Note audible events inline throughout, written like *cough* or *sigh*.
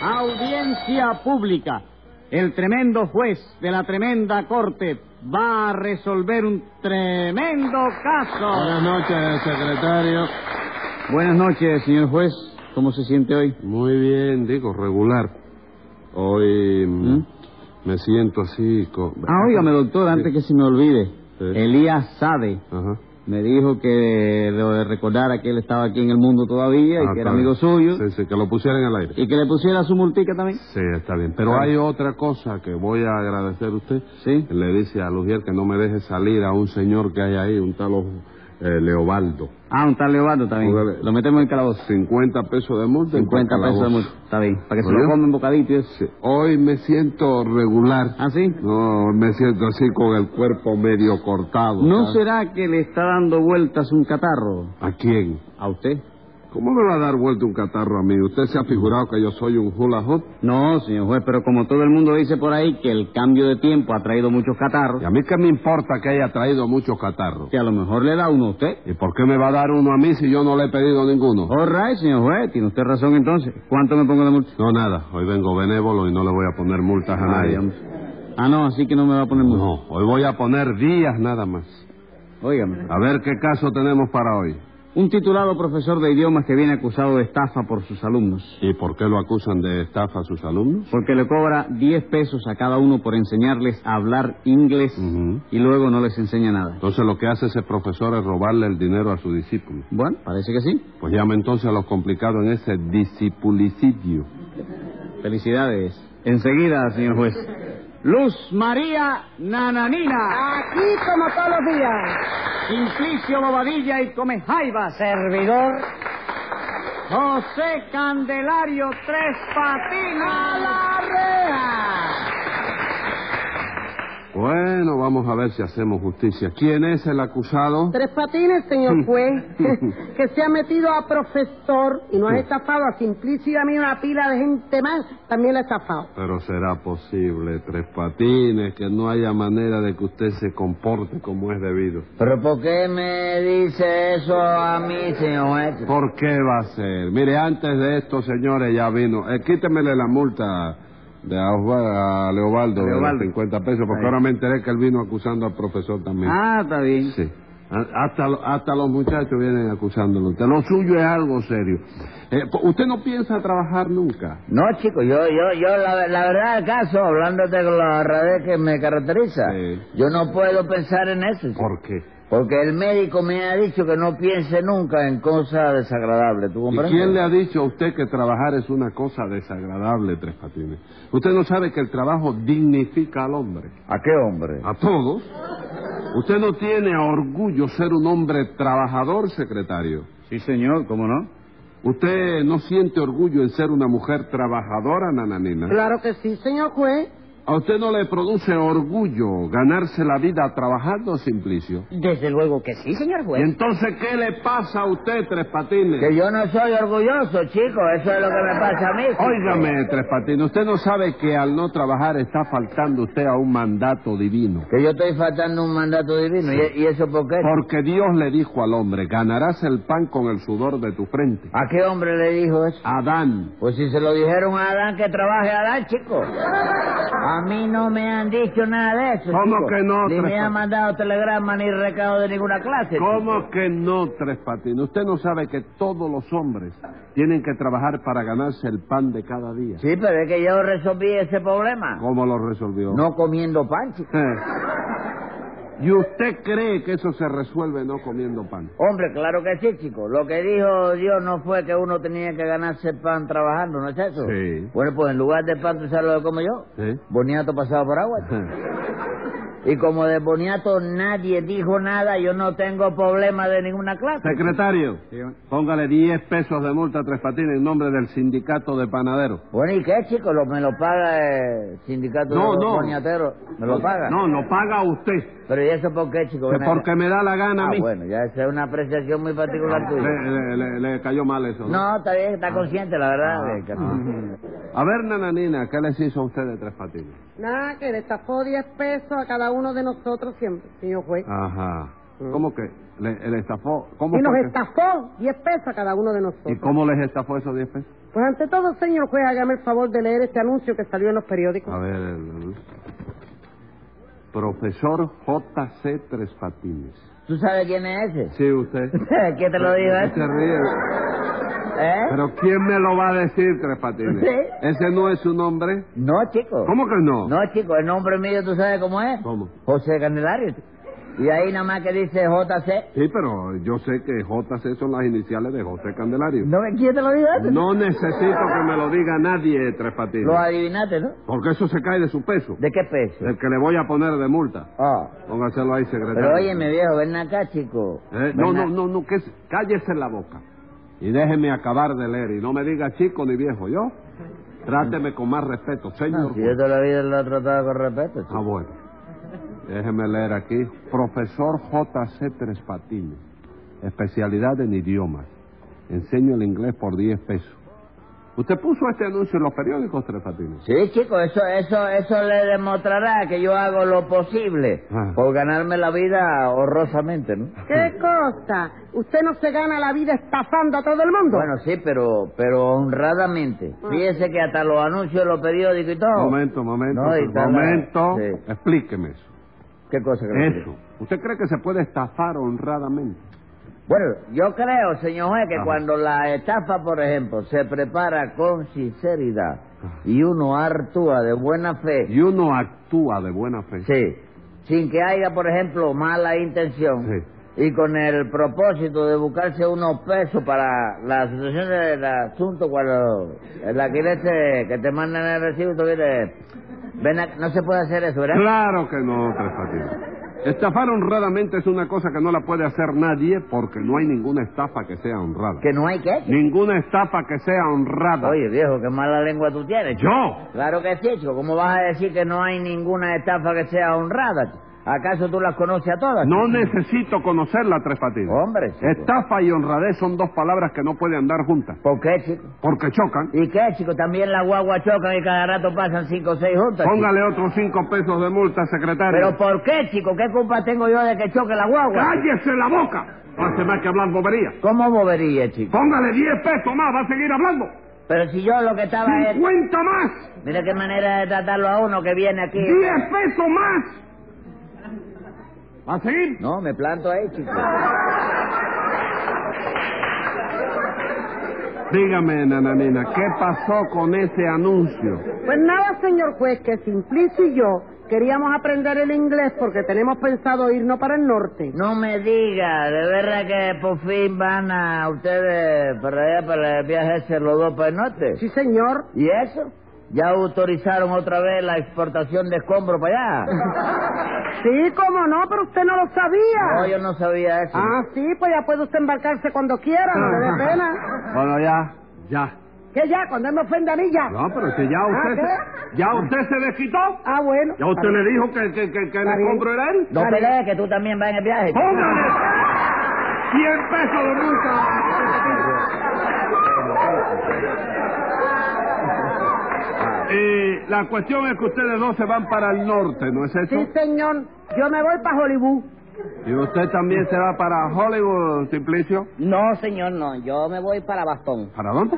Audiencia pública. El tremendo juez de la tremenda corte va a resolver un tremendo caso. Buenas noches, secretario. Buenas noches, señor juez. ¿Cómo se siente hoy? Muy bien, digo, regular. Hoy mm, me siento así. co- Ah, óigame, doctor, antes que se me olvide. Sí. Elías Sade Ajá. me dijo que lo recordara que él estaba aquí en el mundo todavía y Ah, que era está amigo bien. suyo Sí, sí, que lo pusieran al aire. y que le pusiera su multica también. Sí, está bien. Pero Claro. hay otra cosa que voy a agradecer a usted. Sí. Le dice a Lugier que no me deje salir a un señor que hay ahí, un tal Ojo- eh, Leobaldo. Ah, un tal Leobardo también. Póngale. Lo metemos en el calabozo. 50 pesos de multa. y 50 para pesos de calabozo. multa. Está bien. Para que se lo ¿Oye? comen bocadito y eso. Sí, Hoy me siento regular. ¿Ah, sí? No, me siento así con el cuerpo medio cortado. ¿No ¿sabes? será que le está dando vueltas un catarro ¿A quién? a usted? ¿Cómo me va a dar vuelta un catarro a mí? ¿Usted se ha figurado que yo soy un hula hoop? No, señor juez, pero como todo el mundo dice por ahí que el cambio de tiempo ha traído muchos catarros, ¿Y a mí qué me importa que haya traído muchos catarros? que a lo mejor le da uno a usted. ¿Y por qué me va a dar uno a mí si yo no le he pedido ninguno? All right, señor juez, tiene usted razón entonces. ¿Cuánto me pongo de multa? No, nada. Hoy vengo benévolo y no le voy a poner multas a Ay, nadie. hombre. Ah, no, así que no me va a poner multa. No, hoy voy a poner días nada más. Óigame. A ver qué caso tenemos para hoy. Un titulado profesor de idiomas que viene acusado de estafa por sus alumnos, ¿Y por qué lo acusan de estafa a sus alumnos? porque le cobra 10 pesos a cada uno por enseñarles a hablar inglés Ujú. y luego no les enseña nada. Entonces lo que hace ese profesor es robarle el dinero a su discípulo. Bueno, parece que sí. Pues llama entonces a lo complicado en ese discipulicidio. Felicidades. Enseguida, señor juez. Luz María Nananina, Aquí como todos los días. Simplicio Bobadilla y Comejaivas, Servidor. José Candelario Tres Patinas. Bueno, vamos a ver si hacemos justicia. ¿Quién es el acusado? Tres patines, señor juez, que se ha metido a profesor y nos ha estafado a Simplicio y a mí una pila de gente más, también la ha estafado. Pero será posible, Tres Patines, que no haya manera de que usted se comporte como es debido. ¿Pero por qué me dice eso a mí, señor juez? ¿Por qué va a ser? Mire, antes de esto, señores, ya vino. Eh, quítemele la multa de a, Osva- a Leobaldo, de los Leobaldo. 50 pesos, porque Ahí. ahora me enteré que él vino acusando al profesor también. Ah, está bien. Sí. A- Hasta, lo- hasta los muchachos vienen acusándolo. Usted, Lo suyo es algo serio. Eh, po- usted no piensa trabajar nunca. No, chico, yo, yo, yo, la, la verdad del caso, hablándote con la radez que me caracteriza, Sí. yo no puedo pensar en eso, chico. ¿Por qué? porque el médico me ha dicho que no piense nunca en cosas desagradables, ¿tú ¿Y comprendes? quién le ha dicho a usted que trabajar es una cosa desagradable, Tres Patines? Usted no sabe que el trabajo dignifica al hombre. ¿A qué hombre? A todos. Usted no tiene a orgullo ser un hombre trabajador, secretario. Sí, señor, ¿cómo no? Usted no siente orgullo en ser una mujer trabajadora, nananina. Claro que sí, señor juez. ¿A usted no le produce orgullo ganarse la vida trabajando, Simplicio? Desde luego que sí, señor ¿Y entonces qué le pasa a usted, Tres Patines? Que yo no soy orgulloso, chico, eso es lo que me pasa a mí. chico. Óigame, Tres Patines, usted no sabe que al no trabajar está faltando usted a un mandato divino. Que yo estoy faltando un mandato divino, ¿y, y eso por qué? Porque Dios le dijo al hombre, ganarás el pan con el sudor de tu frente. ¿A qué hombre le dijo eso? Ah. Adán. Pues si se lo dijeron a Adán que trabaje Adán, chico. A mí no me han dicho nada de eso. ¿Cómo chico. que no, Ni Tres me han Patines? mandado telegrama ni recado de ninguna clase. chico. ¿Cómo que no, Tres Patines? Usted no sabe que todos los hombres tienen que trabajar para ganarse el pan de cada día. Sí, pero es que yo resolví ese problema. ¿Cómo lo resolvió? No comiendo pan, chico. Eh. ¿Y usted cree que eso se resuelve no comiendo pan? Hombre, claro que sí, chico. Lo que dijo Dios no fue que uno tenía que ganarse el pan trabajando, ¿no es eso? Sí. Bueno, pues en lugar de pan, ¿tú sabes lo que como yo? ¿Eh? Boniato pasado por agua. chico. Y como de boniato nadie dijo nada, yo no tengo problema de ninguna clase. Secretario, Dígame. póngale 10 pesos de multa a Tres Patines en nombre del sindicato de panaderos. Bueno, ¿y qué, chico? ¿Lo, ¿Me lo paga el sindicato No, de los no. boniateros? ¿Me lo paga? No, lo paga usted. ¿Pero y eso por qué, chico? Que Ven acá. porque me da la gana a Ah, mí. Ah, bueno, ya esa es una apreciación muy particular Le, tuya. le- le- le cayó mal eso. No, está bien, Ah. está consciente, la verdad. de que no. A ver, nananina, ¿qué les hizo a usted de Tres Patines? Nada, que le estafó 10 pesos a cada uno de nosotros siempre, señor juez. Ajá. Mm. ¿Cómo que? ¿Le, le estafó? Ah, ¿Cómo Y nos fue que- estafó 10 pesos a cada uno de nosotros. ¿Y cómo les estafó esos 10 pesos? Pues ante todo, señor juez, hágame el favor de leer este anuncio que salió en los periódicos. A ver, el- el- profesor J.C. Tres Patines. ¿Tú sabes quién es ese? *laughs* Sí, usted. ¿Quién te lo dijo Se eso? ríe. ¿Eh? Pero ¿quién me lo va a decir, Tres Patines? ¿Sí? ¿Ese no es su nombre? No, chico. ¿Cómo que no? No, chico, el nombre mío, ¿tú sabes cómo es? ¿Cómo? José Candelario. Y ahí nada más que dice JC. Sí, pero yo sé que J.C. son las iniciales de José Candelario. ¿No me quién te lo dijo eso? No necesito que me lo diga nadie, Tres Patines. Lo adivinaste, ¿no? Porque eso se cae de su peso. ¿De qué peso? El que le voy a poner de multa. Ah. Póngaselo ahí, secretario. Pero óyeme, viejo, ven acá, chico. Eh, Ven No, a- no, no, no, que es- cállese la boca. Y déjeme acabar de leer. Y no me diga chico ni viejo, ¿yo? Tráteme con más respeto, señor. No, Ah, si yo te lo vi, lo he tratado con respeto, Ah, chico. bueno. Déjeme leer aquí. Profesor J.C. Tres Patines. Especialidad en idiomas. Enseño el inglés por 10 pesos. ¿Usted puso este anuncio en los periódicos, Tres Patines? Sí, chico, eso, eso, eso le demostrará que yo hago lo posible Ah. por ganarme la vida horrorosamente, ¿no? ¿Qué cosa? ¿Usted no se gana la vida estafando a todo el mundo? Bueno, sí, pero, pero honradamente. Fíjese que hasta los anuncios, los periódicos y todo. Momento, momento. No, y está la- momento. sí. Explíqueme eso. ¿Qué cosa que le Eso. ¿Usted cree que se puede estafar honradamente? Bueno, yo creo, señor juez, que Ajá. cuando la estafa, por ejemplo, se prepara con sinceridad y uno actúa de buena fe, Y uno actúa de buena fe. sí, sin que haya, por ejemplo, mala intención y con el propósito de buscarse unos pesos para la situación del asunto cuando el alquiler te- que te mandan el recibo, tú dices, ven acá, no se puede hacer eso, ¿verdad? Claro que no, Tres Patines. Estafar honradamente es una cosa que no la puede hacer nadie porque no hay ninguna estafa que sea honrada. Que no hay que. Ninguna estafa que sea honrada. Oye, viejo, qué mala lengua tú tienes. chico. Yo. Claro que sí, chico. ¿Cómo vas a decir que no hay ninguna estafa que sea honrada? chico? ¿Acaso tú las conoces a todas? No chico? necesito conocerla, Tres Patines. Hombre, chico. Estafa y honradez son dos palabras que no pueden andar juntas ¿Por qué, chico? porque chocan. ¿Y qué, chico? También las guaguas chocan y cada rato pasan cinco o seis juntas. chico. Póngale otros cinco pesos de multa, secretario. ¿Pero por qué, chico? ¿Qué culpa tengo yo de que choque la guagua? ¡Cállese la boca! No hace más que hablar bobería. ¿Cómo bobería, chico? Póngale 10 pesos más, va a seguir hablando. Pero si yo lo que estaba es... ¡50 más! Mira qué manera de tratarlo a uno que viene aquí. ¡10 pesos más! ¿Va a seguir? No, me planto ahí, chico. Dígame, nananina, ¿qué pasó con ese anuncio? Pues nada, señor juez, que Simplicio y yo queríamos aprender el inglés porque tenemos pensado irnos para el norte. No me diga, de verdad que por fin van a ustedes para allá, para el viaje ese, los dos para el norte. Sí, señor. ¿Y eso? ¿Ya autorizaron otra vez la exportación de escombros para allá? Sí, cómo no, pero usted no lo No, sabía. yo no sabía eso. Ah, sí, pues ya puede usted embarcarse cuando quiera, no le dé pena. Bueno, ya. Ya. Que ya, cuando él me ofende a mí, ya. No, pero si ya Ah, usted, ¿qué? se, ya usted se desquitó. Ah, bueno. Ya usted le dijo que, que, que, que Está le bien. compro era él. No pelees, que tú también vas en el viaje. Oh. ¡Póngale 100 pesos de multa! Eh, la cuestión es que ustedes dos se van para el norte, ¿no es eso? Sí, señor. Yo me voy para Hollywood. ¿Y usted también se va para Hollywood, Simplicio? No, señor, no. Yo me voy para Bastón. ¿Para dónde?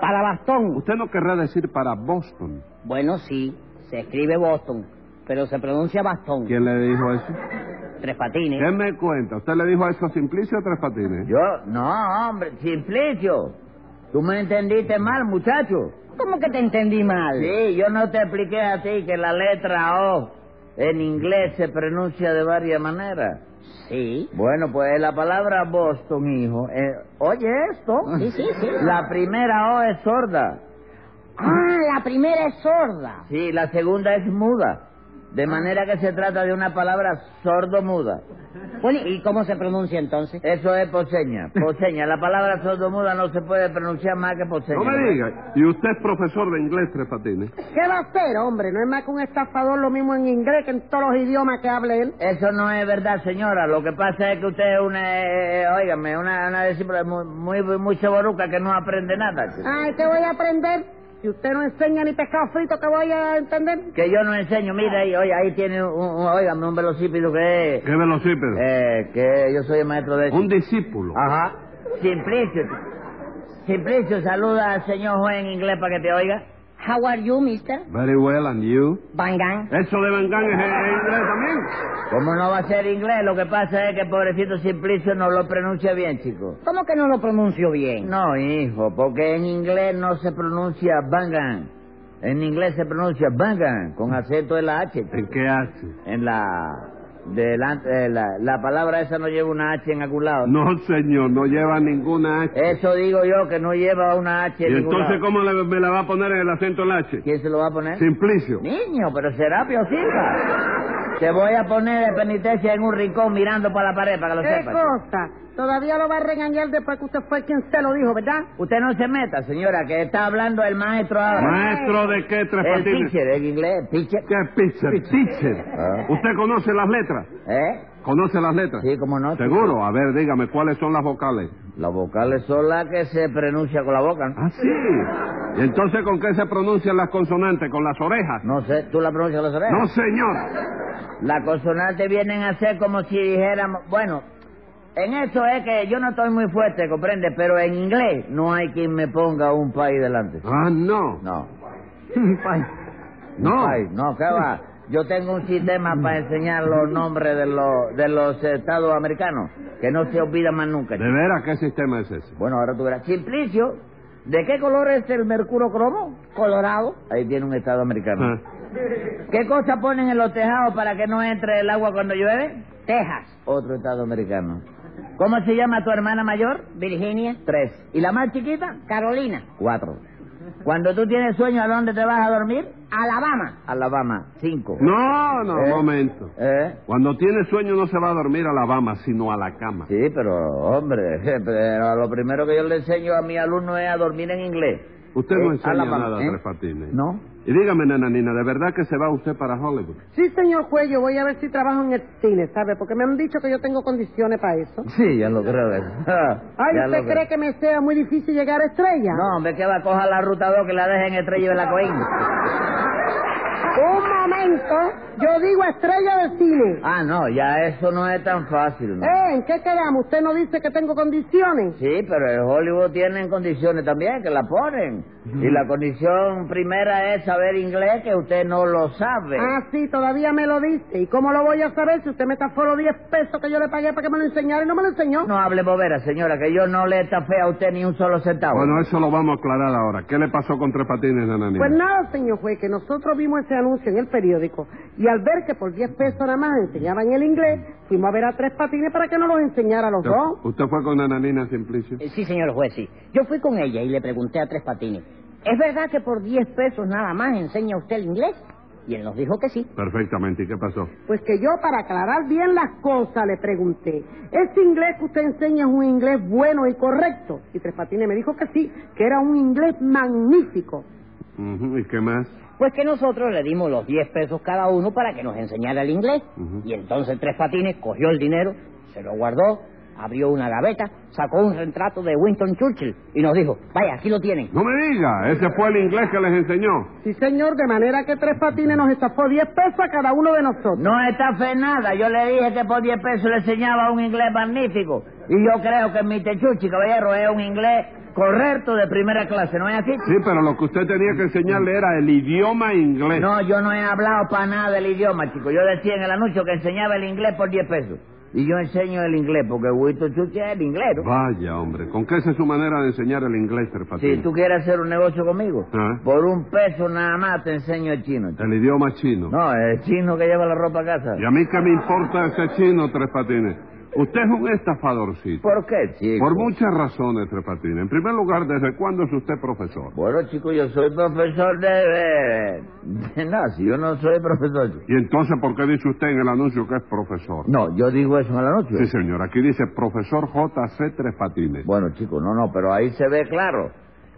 ¿Para Bastón? Usted no querrá decir para Boston. Bueno, sí. Se escribe Boston, pero se pronuncia Bastón. ¿Quién le dijo eso? Tres patines. ¿Qué me cuenta? ¿Usted le dijo eso a Simplicio o Tres Patines? Yo, no, hombre, Simplicio. Tú me entendiste mal, muchacho. ¿Cómo que te entendí mal? Sí, yo no te expliqué a ti que la letra O en inglés se pronuncia de varias maneras. Sí. Bueno, pues la palabra Boston, hijo. eh, Oye esto. Sí, sí, sí. La primera O es sorda. Ah, la primera es sorda. Ah. Sí, la segunda es muda. De manera que se trata de una palabra sordo-muda. Bueno, ¿y cómo se pronuncia entonces? Eso es *laughs* poseña. Poseña. La palabra sordo-muda no se puede pronunciar más que poseña. No me diga. ¿Y usted es profesor de inglés, Tres Patines? ¿Qué va a hacer, hombre? No es más que un estafador lo mismo en inglés que en todos los idiomas que hable él. Eso no es verdad, señora. Lo que pasa es que usted es una, eh, eh, Ah. óigame, una, una discípula muy, muy, muy chaboruca que no aprende nada. chico. Ay, ¿qué voy a aprender? Si usted no enseña ni pescado frito, que voy a entender? Que yo no enseño, mira, ahí, oye, ahí tiene un, un óigame, un velocípedo que es, ¿Qué velocípedo? eh, Ah. que yo soy el maestro de eso. Un discípulo. Ajá. Simplicio. Simplicio, saluda al señor juez en inglés para que te oiga. How are you, mister? Very well, and you? Bangan. Eso de Van Gang *laughs* es es inglés también. Como no va a ser inglés, lo que pasa es que el pobrecito Simplicio no lo pronuncia bien, chico. ¿Cómo que no lo pronuncio bien? No, hijo, porque en inglés no se pronuncia bangan. En inglés se pronuncia bangan, con acento de la H. ¿En qué hace? En la... Delante, eh, la, la palabra esa no lleva una H en algún lado. No, señor, no lleva ninguna H. Eso digo yo, Eh, que no lleva una H ¿Y en ningún entonces lado. cómo le- me la va a poner en el acento el H? ¿Quién se lo va a poner? Simplicio. Niño, pero será piosita. Te voy a poner de penitencia en un rincón mirando para la pared para que lo ¿Qué sepas. cosa? Todavía lo va a regañar después que usted fue quien se lo dijo, ¿verdad? Usted no se meta, señora, que está hablando el maestro ahora. ¿Maestro de qué tres el patines? teacher, en inglés, teacher. ¿Qué es pitcher? Teacher. Ah. ¿Usted conoce las letras? ¿Eh? ¿Conoce las letras? Sí, como no. Seguro. A ver, dígame, ¿cuáles son las vocales? Las vocales son las que se pronuncia con la boca, ¿no? Ah, sí. ¿Y entonces con qué se pronuncian las consonantes? ¿Con las orejas? No sé, ¿tú la pronuncias con las orejas? No, señor. Las consonantes vienen a ser como si dijéramos... Bueno, en eso es que yo no estoy muy fuerte, ¿comprende? Pero en inglés no hay quien me ponga un país delante. *laughs* Ah, no. No. No. Ay, no, ¿qué va? Yo tengo un sistema para enseñar los nombres de los, de los estados americanos, que no se olvida más nunca. ¿De veras qué sistema es ese? Bueno, ahora tú verás. Simplicio, ¿de qué color es el mercurio cromo? Colorado. Ahí tiene un estado americano. Ah. ¿Qué cosa ponen en los tejados para que no entre el agua cuando llueve? Texas. Otro estado americano. ¿Cómo se llama tu hermana mayor? Virginia. Tres. ¿Y la más chiquita? Carolina. Cuatro. Cuando tú tienes sueño, ¿a dónde te vas a dormir? Alabama. Alabama. Cinco. No, no, ¿Eh? un momento. ¿Eh? Cuando tiene sueño no se va a dormir a la Bama, sino a la cama. Sí, pero hombre, *laughs* pero lo primero que yo le enseño a mi alumno es a dormir en inglés. Usted no Eh, enseña Alabama, nada, ¿eh? Tres Patines. No. Y dígame, nananina, ¿de verdad que se va usted para Hollywood? Sí, señor juez, yo voy a ver si trabajo en el cine, ¿sabe? Porque me han dicho que yo tengo condiciones para eso. Sí, ya lo creo. *laughs* eh. Ay, Ya ¿usted lo cree que me sea muy difícil llegar a estrella? No, hombre, que va, coja la ruta 2 que la dejen estrella de la *laughs* coína. Un momento, yo digo estrella de cine. Ah, no, ya eso no es tan fácil. ¿no? Eh, ¿en qué quedamos? ¿Usted no dice que tengo condiciones? Sí, pero en Hollywood tienen condiciones también, que la ponen. Y la condición primera es saber inglés, que usted no lo sabe. Ah, sí, todavía me lo dice. ¿Y cómo lo voy a saber si usted me estafó los 10 pesos que yo le pagué para que me lo enseñara y no me lo enseñó? No hable bobera, señora, que yo no le estafé a usted ni un solo centavo. Bueno, eso lo vamos a aclarar ahora. ¿Qué le pasó con Tres Patines, nananina? Pues nada, señor juez, que nosotros vimos ese anuncio en el periódico y al ver que por 10 pesos nada más enseñaban el inglés, fuimos a ver a tres patines para que nos los enseñara a los dos. ¿Usted, usted fue con nananina, Simplicio? Eh, Sí, señor juez, sí. Yo fui con ella y le pregunté a Tres Patines. ¿Es verdad que por 10 pesos nada más enseña usted el inglés? Y él nos dijo que sí. Perfectamente. ¿Y qué pasó? Pues que yo, para aclarar bien las cosas, le pregunté, ¿ese inglés que usted enseña es un inglés bueno y correcto? Y Tres Patines me dijo que sí, que era un inglés magnífico. Ujú, ¿Y qué más? Pues que nosotros le dimos los 10 pesos cada uno para que nos enseñara el inglés. Ujú. Y entonces Tres Patines cogió el dinero, se lo guardó, abrió una gaveta, sacó un retrato de Winston Churchill y nos dijo, vaya, aquí lo tienen. No me diga, ese fue el inglés que les enseñó. Sí, señor, de manera que Tres Patines nos estafó 10 pesos a cada uno de nosotros. No estafé nada. Yo le dije que por 10 pesos le enseñaba un inglés magnífico. Y yo creo que mi techuchi, caballero, es un inglés correcto de primera clase, ¿no es así? Sí, pero lo que usted tenía que enseñarle era el idioma inglés. No, yo no he hablado para nada del idioma, chico. Yo decía en el anuncio que enseñaba el inglés por 10 pesos. Y yo enseño el inglés porque Winston Churchill es el inglés. ¿no? Vaya, hombre, ¿con qué esa es su manera de enseñar el inglés, Tres Patines? Si tú quieres hacer un negocio conmigo, Ah. por un peso nada más te enseño el chino. chico. El idioma chino. No, el chino que lleva la ropa a casa. ¿Y a mí qué me importa ese chino, Tres Patines? Usted es un estafadorcito. ¿Por qué, chico? Por muchas razones, Tres Patines. En primer lugar, ¿desde cuándo es usted profesor? Bueno, chico, yo soy profesor de... de- de- *laughs* no, si yo no soy profesor... Y entonces, ¿por qué dice usted en el anuncio que es profesor? No, yo digo eso en la noche. Sí, señor, aquí dice profesor J.C. Tres Patines. Bueno, chico, no, no, pero ahí se ve claro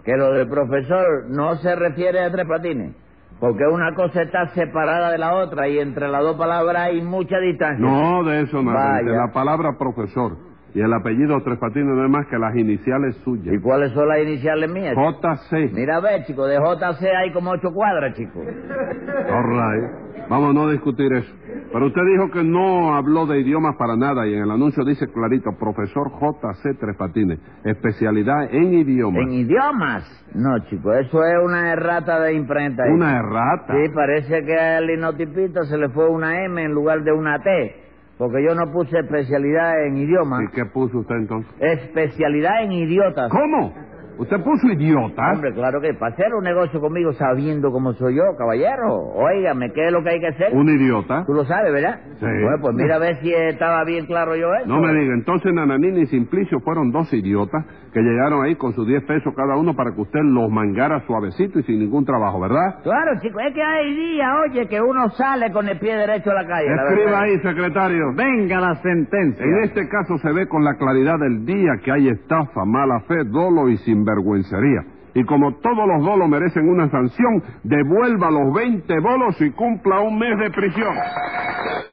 que lo del profesor no se refiere a tres patines. Porque una cosa está separada de la otra y entre las dos palabras hay mucha distancia. No, de eso nada. Vaya. De la palabra profesor. Y el apellido Tres Patines no es más que las iniciales ¿Y suyas. cuáles son las iniciales mías? chico? JC. pues. Mira, a ver, chico, de JC hay como ocho cuadras, chico. All right. Vamos a no discutir eso. Pero usted dijo que no habló de idiomas para nada y en el anuncio dice clarito, profesor JC Tres Patines, especialidad en idiomas. ¿En idiomas? No, chico, eso es una errata de imprenta. ahí. Una errata. Sí, parece que al linotipista se le fue una M en lugar de una T, porque yo no puse especialidad en idiomas. ¿Y qué puso usted entonces? Especialidad en idiotas. ¿Cómo? ¿Ah? ¿Usted puso idiota? Hombre, claro que para hacer un negocio conmigo sabiendo cómo soy yo, caballero. Óigame, ¿qué es lo que hay que hacer? ¿Un idiota? Tú lo sabes, ¿verdad? Sí. Bueno, pues mira a ver si estaba bien claro yo eso. No me diga, entonces Nananina y Simplicio fueron dos idiotas que llegaron ahí con sus 10 pesos cada uno para que usted los mangara suavecito y sin ningún trabajo, ¿verdad? Claro, chico, es que hay días, oye, que uno sale con el pie derecho a la calle. la Escriba verdad. ahí, secretario. Venga la sentencia. En este caso se ve con la claridad del día que hay estafa, mala fe, dolo y sinvergüencería. Y como todos los dolos merecen una sanción, devuelva los 20 bolos y cumpla un mes de prisión.